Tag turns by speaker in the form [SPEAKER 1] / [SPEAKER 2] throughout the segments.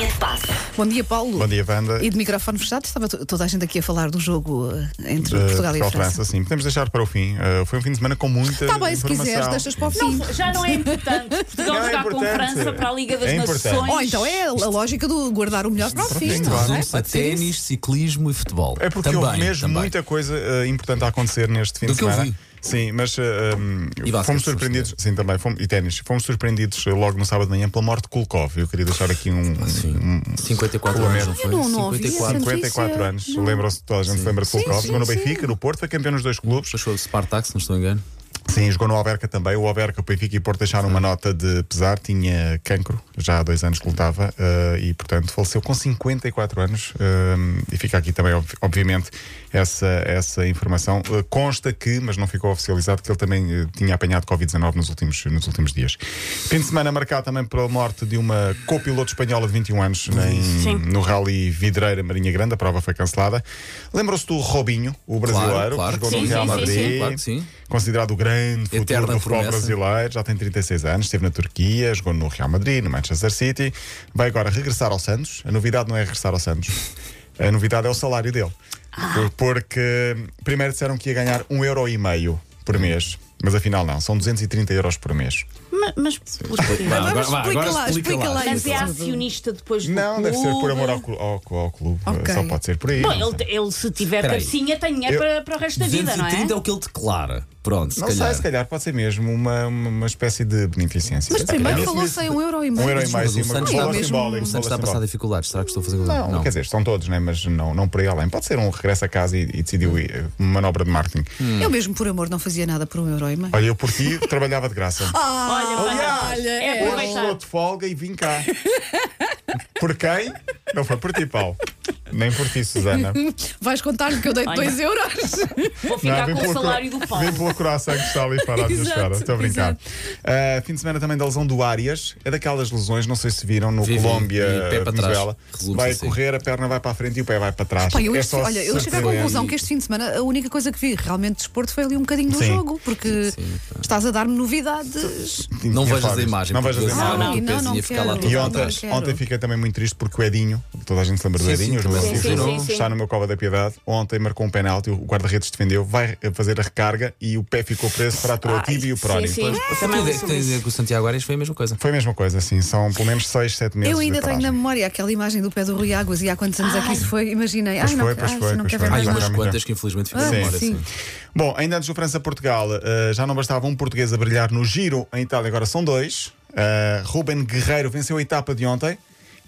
[SPEAKER 1] Espaço.
[SPEAKER 2] Bom dia, Paulo.
[SPEAKER 3] Bom dia, Wanda. Eh,
[SPEAKER 2] E de microfone fechado, estava to- toda a gente aqui a falar do jogo eh, entre
[SPEAKER 3] De
[SPEAKER 2] Portugal e a França.
[SPEAKER 3] França, sim. Podemos deixar para o fim. Uh, foi um fim de semana com muita.
[SPEAKER 2] Está Tá bem, se
[SPEAKER 3] informação.
[SPEAKER 2] quiseres, deixas para o fim.
[SPEAKER 1] Já não é importante Portugal
[SPEAKER 3] Não é
[SPEAKER 1] jogar com
[SPEAKER 3] importante.
[SPEAKER 1] França para a Liga das
[SPEAKER 3] É importante.
[SPEAKER 1] Nações.
[SPEAKER 2] Ou então é a lógica do guardar o melhor para o fim,
[SPEAKER 3] Sim,
[SPEAKER 2] não
[SPEAKER 3] claro.
[SPEAKER 2] é?
[SPEAKER 4] Resume-se a
[SPEAKER 2] Pode ser isso.
[SPEAKER 4] ténis, ciclismo e futebol.
[SPEAKER 3] É porque
[SPEAKER 4] também,
[SPEAKER 3] houve mesmo
[SPEAKER 4] também.
[SPEAKER 3] muita coisa uh, importante a acontecer neste fim
[SPEAKER 4] Do
[SPEAKER 3] de
[SPEAKER 4] que eu
[SPEAKER 3] semana.
[SPEAKER 4] vi.
[SPEAKER 3] Sim, mas uh, um,
[SPEAKER 4] E basquete,
[SPEAKER 3] fomos surpreendidos, sim, também, fomos, e ténis, fomos surpreendidos uh, logo no sábado de manhã pela morte de Kulkov. Eu queria deixar aqui um.
[SPEAKER 4] Ah, Sim.
[SPEAKER 3] um-
[SPEAKER 4] 54
[SPEAKER 3] Pelo
[SPEAKER 4] anos, não
[SPEAKER 3] menos.
[SPEAKER 4] foi?
[SPEAKER 2] não- não ouvi isso.
[SPEAKER 4] 54.
[SPEAKER 3] 54 anos, lembram-se, toda a gente se lembra de Kulkov. Jogou no Benfica, no Porto, foi campeão nos dois clubes.
[SPEAKER 4] Achou o Spartak, se não estou a engano.
[SPEAKER 3] Sim, jogou no Alberca também. O Alberca, o Benfica e o Porto deixaram uma nota de pesar. Tinha cancro, já há dois anos que lutava eh, e, portanto, faleceu com 54 anos. eh, e fica aqui também, ob- obviamente, essa, essa informação. Eh, consta que, mas não ficou oficializado, que ele também eh, tinha apanhado Covid-19 nos últimos, nos últimos dias. Fim de semana marcado também pela morte de uma copiloto espanhola de 21 anos em-
[SPEAKER 1] Sim.
[SPEAKER 3] no Rally Vidreira Marinha Grande. A prova foi cancelada. Lembram-se do Robinho, o brasileiro,
[SPEAKER 4] claro.
[SPEAKER 3] que jogou
[SPEAKER 1] Sim,
[SPEAKER 3] no Real
[SPEAKER 1] sim, sim,
[SPEAKER 3] Madrid.
[SPEAKER 4] sim. Claro que sim.
[SPEAKER 3] Considerado o grande futuro
[SPEAKER 4] Eterna
[SPEAKER 3] do futebol
[SPEAKER 4] promessa.
[SPEAKER 3] brasileiro, já tem 36 anos, esteve na Turquia, jogou no Real Madrid, no Manchester City, vai agora regressar ao Santos. A novidade não é regressar ao Santos, a novidade é o salário dele. Por- Porque primeiro disseram que ia ganhar um euro e meio por mês, mas afinal não, são 230 euros por mês.
[SPEAKER 1] Ma- Mas, porquê?
[SPEAKER 4] Vá,
[SPEAKER 2] Agora
[SPEAKER 4] vá,
[SPEAKER 2] explica lá, explica lá
[SPEAKER 1] Mas
[SPEAKER 2] isso.
[SPEAKER 1] é acionista depois do
[SPEAKER 3] Não, deve ser por
[SPEAKER 1] clube.
[SPEAKER 3] amor ao, clu- ao clu- ao clube,
[SPEAKER 2] Ok.
[SPEAKER 3] só pode ser por aí.
[SPEAKER 1] Bom,
[SPEAKER 3] não sei.
[SPEAKER 1] ele, ele se tiver
[SPEAKER 4] Espera aí.
[SPEAKER 1] cabecinha tem dinheiro
[SPEAKER 3] Eu-
[SPEAKER 1] para, para o resto da vida, não
[SPEAKER 4] 230 é
[SPEAKER 1] é?
[SPEAKER 4] o que ele declara. Pronto, se
[SPEAKER 3] Não
[SPEAKER 4] calhar.
[SPEAKER 3] sei, se calhar pode ser mesmo uma, uma uma espécie de beneficência.
[SPEAKER 2] Mas
[SPEAKER 3] Sei
[SPEAKER 2] primeiro
[SPEAKER 3] lá.
[SPEAKER 2] falou-se em um euro e meio.
[SPEAKER 3] É Um euro e mais
[SPEAKER 4] Mas
[SPEAKER 3] sim,
[SPEAKER 4] o
[SPEAKER 3] uma
[SPEAKER 4] Santos
[SPEAKER 3] bola
[SPEAKER 2] está-
[SPEAKER 3] simbólica.
[SPEAKER 4] O Santos está a passar dificuldades. Será que estou a fazer coisa?
[SPEAKER 3] Não, quer dizer, estão todos, né? mas não, não para ele. Pode ser um regresso a casa e, e decidiu ir, eh, uma manobra de marketing.
[SPEAKER 2] Eu mesmo, por amor, não fazia nada por um euro e meio.
[SPEAKER 3] Olha, eu por ti trabalhava de graça.
[SPEAKER 1] Olha, olha,
[SPEAKER 3] aliás,
[SPEAKER 1] é
[SPEAKER 3] Hoje estou
[SPEAKER 1] aproveitar.
[SPEAKER 3] de folga e vim cá. Por quem? Não foi por ti, Paulo. Nem por ti, Susana.
[SPEAKER 2] Vais contar-me que eu dei
[SPEAKER 1] Olha.
[SPEAKER 2] 2 euros.
[SPEAKER 1] Vou
[SPEAKER 3] Não,
[SPEAKER 1] ficar
[SPEAKER 3] vem
[SPEAKER 1] com o
[SPEAKER 3] pelo
[SPEAKER 1] salário
[SPEAKER 3] cro-
[SPEAKER 1] do
[SPEAKER 3] Vem
[SPEAKER 1] Paulo.
[SPEAKER 3] pelo coração que está ali para a minha
[SPEAKER 2] Exato,
[SPEAKER 3] espera. Estou a brincar.
[SPEAKER 2] exato.
[SPEAKER 3] Ah, fim de semana também da lesão do Arias. É daquelas lesões, não sei se viram, no
[SPEAKER 4] Vi, vi.
[SPEAKER 3] Colômbia,
[SPEAKER 4] E pé para trás.
[SPEAKER 3] Venezuela.
[SPEAKER 4] Resume-se
[SPEAKER 3] Vai
[SPEAKER 4] assim.
[SPEAKER 3] correr, a perna vai para a frente e o pé vai para trás.
[SPEAKER 2] Pá, eu
[SPEAKER 3] É
[SPEAKER 2] este-
[SPEAKER 3] só
[SPEAKER 2] olha, eu cheguei à
[SPEAKER 3] certeza.
[SPEAKER 2] conclusão que este fim de semana a única coisa que vi realmente de desporto foi ali um bocadinho do
[SPEAKER 3] Sim. tá.
[SPEAKER 2] jogo, porque estás a dar-me novidades.
[SPEAKER 3] Tinha
[SPEAKER 4] Não vejas a
[SPEAKER 3] fora disso.
[SPEAKER 4] imagem.
[SPEAKER 3] Não
[SPEAKER 4] porque Ah,
[SPEAKER 3] vejas a
[SPEAKER 4] eu
[SPEAKER 3] imagem.
[SPEAKER 4] sabia
[SPEAKER 2] Não,
[SPEAKER 4] que o
[SPEAKER 2] não,
[SPEAKER 4] peso
[SPEAKER 2] não
[SPEAKER 4] ia ficar lá
[SPEAKER 2] quero.
[SPEAKER 4] todo.
[SPEAKER 3] E
[SPEAKER 2] Não,
[SPEAKER 3] ontem,
[SPEAKER 2] não quero.
[SPEAKER 3] ontem fiquei também muito triste porque o Edinho, toda a gente se lembra do
[SPEAKER 4] Sim, sim,
[SPEAKER 3] Edinho, o
[SPEAKER 4] também.
[SPEAKER 3] jornalista
[SPEAKER 4] Sim,
[SPEAKER 3] que
[SPEAKER 4] sim,
[SPEAKER 3] jogou,
[SPEAKER 1] sim,
[SPEAKER 3] está
[SPEAKER 1] sim.
[SPEAKER 3] no meu cova da piedade. Ontem marcou um penalti, o guarda-redes defendeu, vai eh, fazer a recarga e o pé ficou preso, fraturou o
[SPEAKER 1] Ai,
[SPEAKER 3] tibio e o
[SPEAKER 1] sim,
[SPEAKER 3] prónimo.
[SPEAKER 1] sim. Também
[SPEAKER 4] Tudo é que tem a dizer que o Santiago Arias foi a mesma coisa.
[SPEAKER 3] Foi a mesma coisa, assim, são pelo menos 6, 7 meses.
[SPEAKER 2] eu ainda
[SPEAKER 3] de
[SPEAKER 2] tenho
[SPEAKER 3] paragem.
[SPEAKER 2] na memória aquela imagem do pé do Rui Águas e há quantos anos é que isso foi? Imaginei.
[SPEAKER 3] Pois
[SPEAKER 2] ai, não,
[SPEAKER 3] foi, pois
[SPEAKER 2] ai,
[SPEAKER 3] foi,
[SPEAKER 2] não
[SPEAKER 3] pois
[SPEAKER 2] quero ver
[SPEAKER 3] foi.
[SPEAKER 4] Há
[SPEAKER 3] Mas
[SPEAKER 2] mais
[SPEAKER 4] aí
[SPEAKER 3] já
[SPEAKER 4] umas
[SPEAKER 2] nada.
[SPEAKER 3] não
[SPEAKER 4] quantas que infelizmente ficam
[SPEAKER 2] Ah,
[SPEAKER 4] fora.
[SPEAKER 2] sim.
[SPEAKER 4] sim.
[SPEAKER 3] Bom, ainda antes do França-Portugal, eh, já não bastava um português a brilhar no giro em Itália, agora são dois. Eh, Ruben Guerreiro venceu a etapa de ontem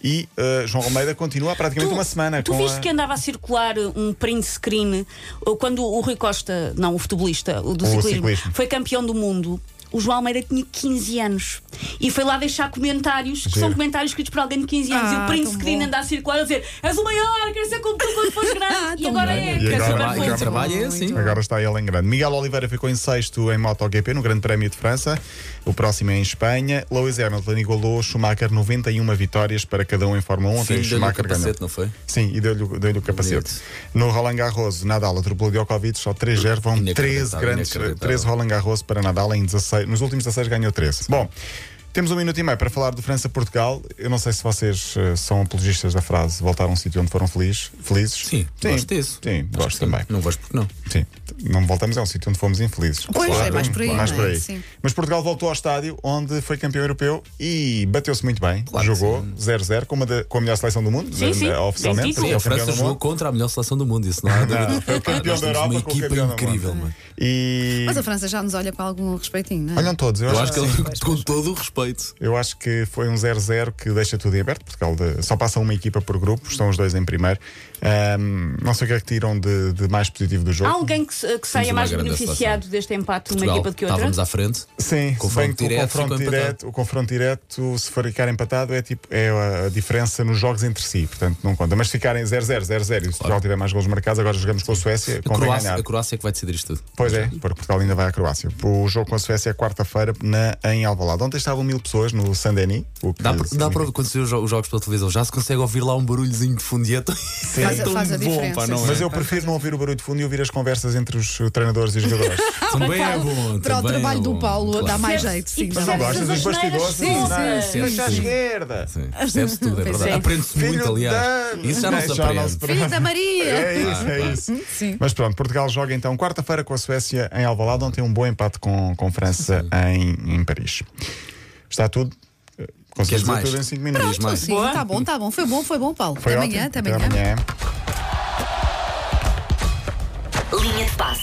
[SPEAKER 3] e eh, João Almeida continua há praticamente uma semana
[SPEAKER 1] tu
[SPEAKER 3] com
[SPEAKER 1] viste
[SPEAKER 3] a...
[SPEAKER 1] que andava a circular um print screen uh, quando o Rui Costa, não, o futebolista, o do
[SPEAKER 3] O
[SPEAKER 1] ciclismo,
[SPEAKER 3] ciclismo.
[SPEAKER 1] foi campeão do mundo. O João Almeida tinha 15 anos e foi lá deixar comentários que são
[SPEAKER 3] Giro.
[SPEAKER 1] comentários escritos por alguém de 15 anos. e
[SPEAKER 2] Ah,
[SPEAKER 1] o print
[SPEAKER 2] tão
[SPEAKER 1] screen
[SPEAKER 2] bom.
[SPEAKER 1] anda a circular a dizer: És o maior, quer ser como tu quando fores
[SPEAKER 2] Ah,
[SPEAKER 1] grande. e
[SPEAKER 2] tão
[SPEAKER 1] agora
[SPEAKER 2] bem.
[SPEAKER 1] é,
[SPEAKER 3] E
[SPEAKER 1] quer
[SPEAKER 3] agora
[SPEAKER 1] ser
[SPEAKER 3] vai,
[SPEAKER 1] para
[SPEAKER 4] Quem
[SPEAKER 1] fora.
[SPEAKER 4] trabalha é assim.
[SPEAKER 3] Agora está ele em grande. Miguel Oliveira ficou em sexto em MotoGP no Grande Prémio de França. O próximo é em Espanha. Lewis Hamilton igualou Schumacher 91 vitórias para cada um em Fórmula 1. Ontem
[SPEAKER 4] Filho deu-lhe o
[SPEAKER 3] Schumacher ganhou.
[SPEAKER 4] capacete, não foi?
[SPEAKER 3] Sim, e deu-lhe o- deu-lhe o capacete.
[SPEAKER 4] Bonito.
[SPEAKER 3] No Roland Garros, Nadal atropelou Djokovic, só 3-0, vão 13
[SPEAKER 4] Inacreditável,
[SPEAKER 3] grandes,
[SPEAKER 4] inacreditável.
[SPEAKER 3] 13 Roland Garros para Nadal em 16, nos últimos 16 ganhou 13. Bom, temos um minuto e meio para falar do França-Portugal. Eu não sei se vocês eh, são apologistas da frase voltar a um sítio onde foram feliz- felizes.
[SPEAKER 4] Sim, gosto disso.
[SPEAKER 3] Sim,
[SPEAKER 4] Acho que
[SPEAKER 3] gosto
[SPEAKER 4] sim.
[SPEAKER 3] também.
[SPEAKER 4] Não vejo porque não.
[SPEAKER 3] Sim, não voltamos a um sítio onde fomos infelizes.
[SPEAKER 2] Pois, é mais por aí,
[SPEAKER 3] Mais
[SPEAKER 2] não
[SPEAKER 3] por
[SPEAKER 2] é?
[SPEAKER 3] aí.
[SPEAKER 2] Sim.
[SPEAKER 3] Mas Portugal voltou ao estádio onde foi campeão europeu e bateu-se muito bem.
[SPEAKER 4] Claro que
[SPEAKER 3] jogou 0-0 com, uma da- com a melhor seleção do mundo,
[SPEAKER 1] Sim, sim.
[SPEAKER 3] eh,
[SPEAKER 1] Bem
[SPEAKER 3] oficialmente.
[SPEAKER 1] dito.
[SPEAKER 3] foi
[SPEAKER 4] Sim, a
[SPEAKER 3] campeão
[SPEAKER 4] França
[SPEAKER 3] do
[SPEAKER 4] jogou
[SPEAKER 3] mundo.
[SPEAKER 4] contra a melhor seleção do mundo, isso não há
[SPEAKER 3] Não,
[SPEAKER 4] dúvida.
[SPEAKER 3] Ah, foi o
[SPEAKER 4] Pá,
[SPEAKER 3] campeão
[SPEAKER 4] nós
[SPEAKER 3] da
[SPEAKER 4] temos
[SPEAKER 3] Europa
[SPEAKER 4] uma
[SPEAKER 3] com o
[SPEAKER 4] equipa
[SPEAKER 3] campeão do mundo.
[SPEAKER 4] incrível, mano.
[SPEAKER 3] E.
[SPEAKER 2] Mas a França já nos olha para algum respeitinho, não é?
[SPEAKER 3] Olham todos, eu,
[SPEAKER 4] Eu
[SPEAKER 3] acho,
[SPEAKER 4] acho que ele, com todo o respeito,
[SPEAKER 3] eu acho que foi um 0-0 que deixa tudo em aberto. Portugal de- só passa uma equipa por grupo, estão os dois em primeiro. Ahm, não sei o que é que tiram de, de mais positivo do
[SPEAKER 2] um
[SPEAKER 3] jogo.
[SPEAKER 1] Há alguém que, se- que saia
[SPEAKER 4] uma
[SPEAKER 1] mais
[SPEAKER 4] grande
[SPEAKER 1] beneficiado deste empate numa
[SPEAKER 4] Portugal,
[SPEAKER 1] equipa do que outra?
[SPEAKER 4] estávamos à frente.
[SPEAKER 3] Sim, se
[SPEAKER 4] Confronto
[SPEAKER 3] bem que
[SPEAKER 4] direto,
[SPEAKER 3] o confronto
[SPEAKER 4] ficou empatado.
[SPEAKER 3] direto, o confronto direto, se for ficar empatado, é tipo é a- a diferença nos jogos entre si, portanto não conta. Mas se ficarem 0-0, 0-0, e se Portugal tiver mais gols marcados, agora jogamos com a Suécia,
[SPEAKER 4] A
[SPEAKER 3] convém
[SPEAKER 4] Croácia,
[SPEAKER 3] ganhar.
[SPEAKER 4] a Croácia é que vai decidir isto tudo.
[SPEAKER 3] Pois é, porque Portugal ainda vai à Croácia. O jogo com a Suécia é quarta-feira na- em Alvalade. Ontem estava o mil pessoas no Saint-Denis. o que
[SPEAKER 4] Dá, pra- dá
[SPEAKER 3] significa-
[SPEAKER 4] para quando se vê os jo- os jogos pela televisão, já se consegue ouvir lá um barulhozinho de fundo e é tão, é
[SPEAKER 2] Faz a-
[SPEAKER 4] tão
[SPEAKER 2] faz a
[SPEAKER 4] bom,
[SPEAKER 2] diferença,
[SPEAKER 4] pá, não
[SPEAKER 2] sim.
[SPEAKER 4] é?
[SPEAKER 3] Mas eu prefiro não ouvir o barulho de fundo e ouvir as conversas entre os treinadores e os jogadores.
[SPEAKER 4] também é bom.
[SPEAKER 2] Para o
[SPEAKER 4] também é
[SPEAKER 2] trabalho do
[SPEAKER 4] bom,
[SPEAKER 2] Paulo
[SPEAKER 4] claro.
[SPEAKER 2] dá mais
[SPEAKER 1] Percebes?
[SPEAKER 2] jeito, sim.
[SPEAKER 1] E
[SPEAKER 2] dá
[SPEAKER 1] percebes
[SPEAKER 2] mais
[SPEAKER 3] Gostas
[SPEAKER 1] as
[SPEAKER 3] dos bastidores?
[SPEAKER 1] asneiras? Sim,
[SPEAKER 3] Não, é?
[SPEAKER 4] sim,
[SPEAKER 3] deixa à
[SPEAKER 4] sim.
[SPEAKER 3] esquerda.
[SPEAKER 4] Sim, Percebe-se tudo, é
[SPEAKER 2] Pois
[SPEAKER 4] verdade.
[SPEAKER 2] é.
[SPEAKER 4] Aprende-se
[SPEAKER 3] Filho
[SPEAKER 4] muito, aliás.
[SPEAKER 3] da-
[SPEAKER 4] Isso já não se aprende.
[SPEAKER 2] Filho da Maria!
[SPEAKER 3] É isso, é isso.
[SPEAKER 2] Sim.
[SPEAKER 3] Mas pronto, Portugal joga então quarta-feira com a Suécia em Alvalade, onde tem um bom empate com, com França em, em Paris. Está tudo? Eh, Consegues
[SPEAKER 4] Queres
[SPEAKER 3] dizer
[SPEAKER 4] mais?
[SPEAKER 3] tudo em 5
[SPEAKER 4] Queres
[SPEAKER 3] minutos.
[SPEAKER 4] mais?
[SPEAKER 2] Sim, tá bom, tá bom. Foi bom, foi bom, Paulo.
[SPEAKER 3] Foi
[SPEAKER 2] até
[SPEAKER 3] ótimo.
[SPEAKER 2] amanhã, até
[SPEAKER 3] Até
[SPEAKER 2] amanhã.
[SPEAKER 3] amanhã.
[SPEAKER 5] Linha de passe.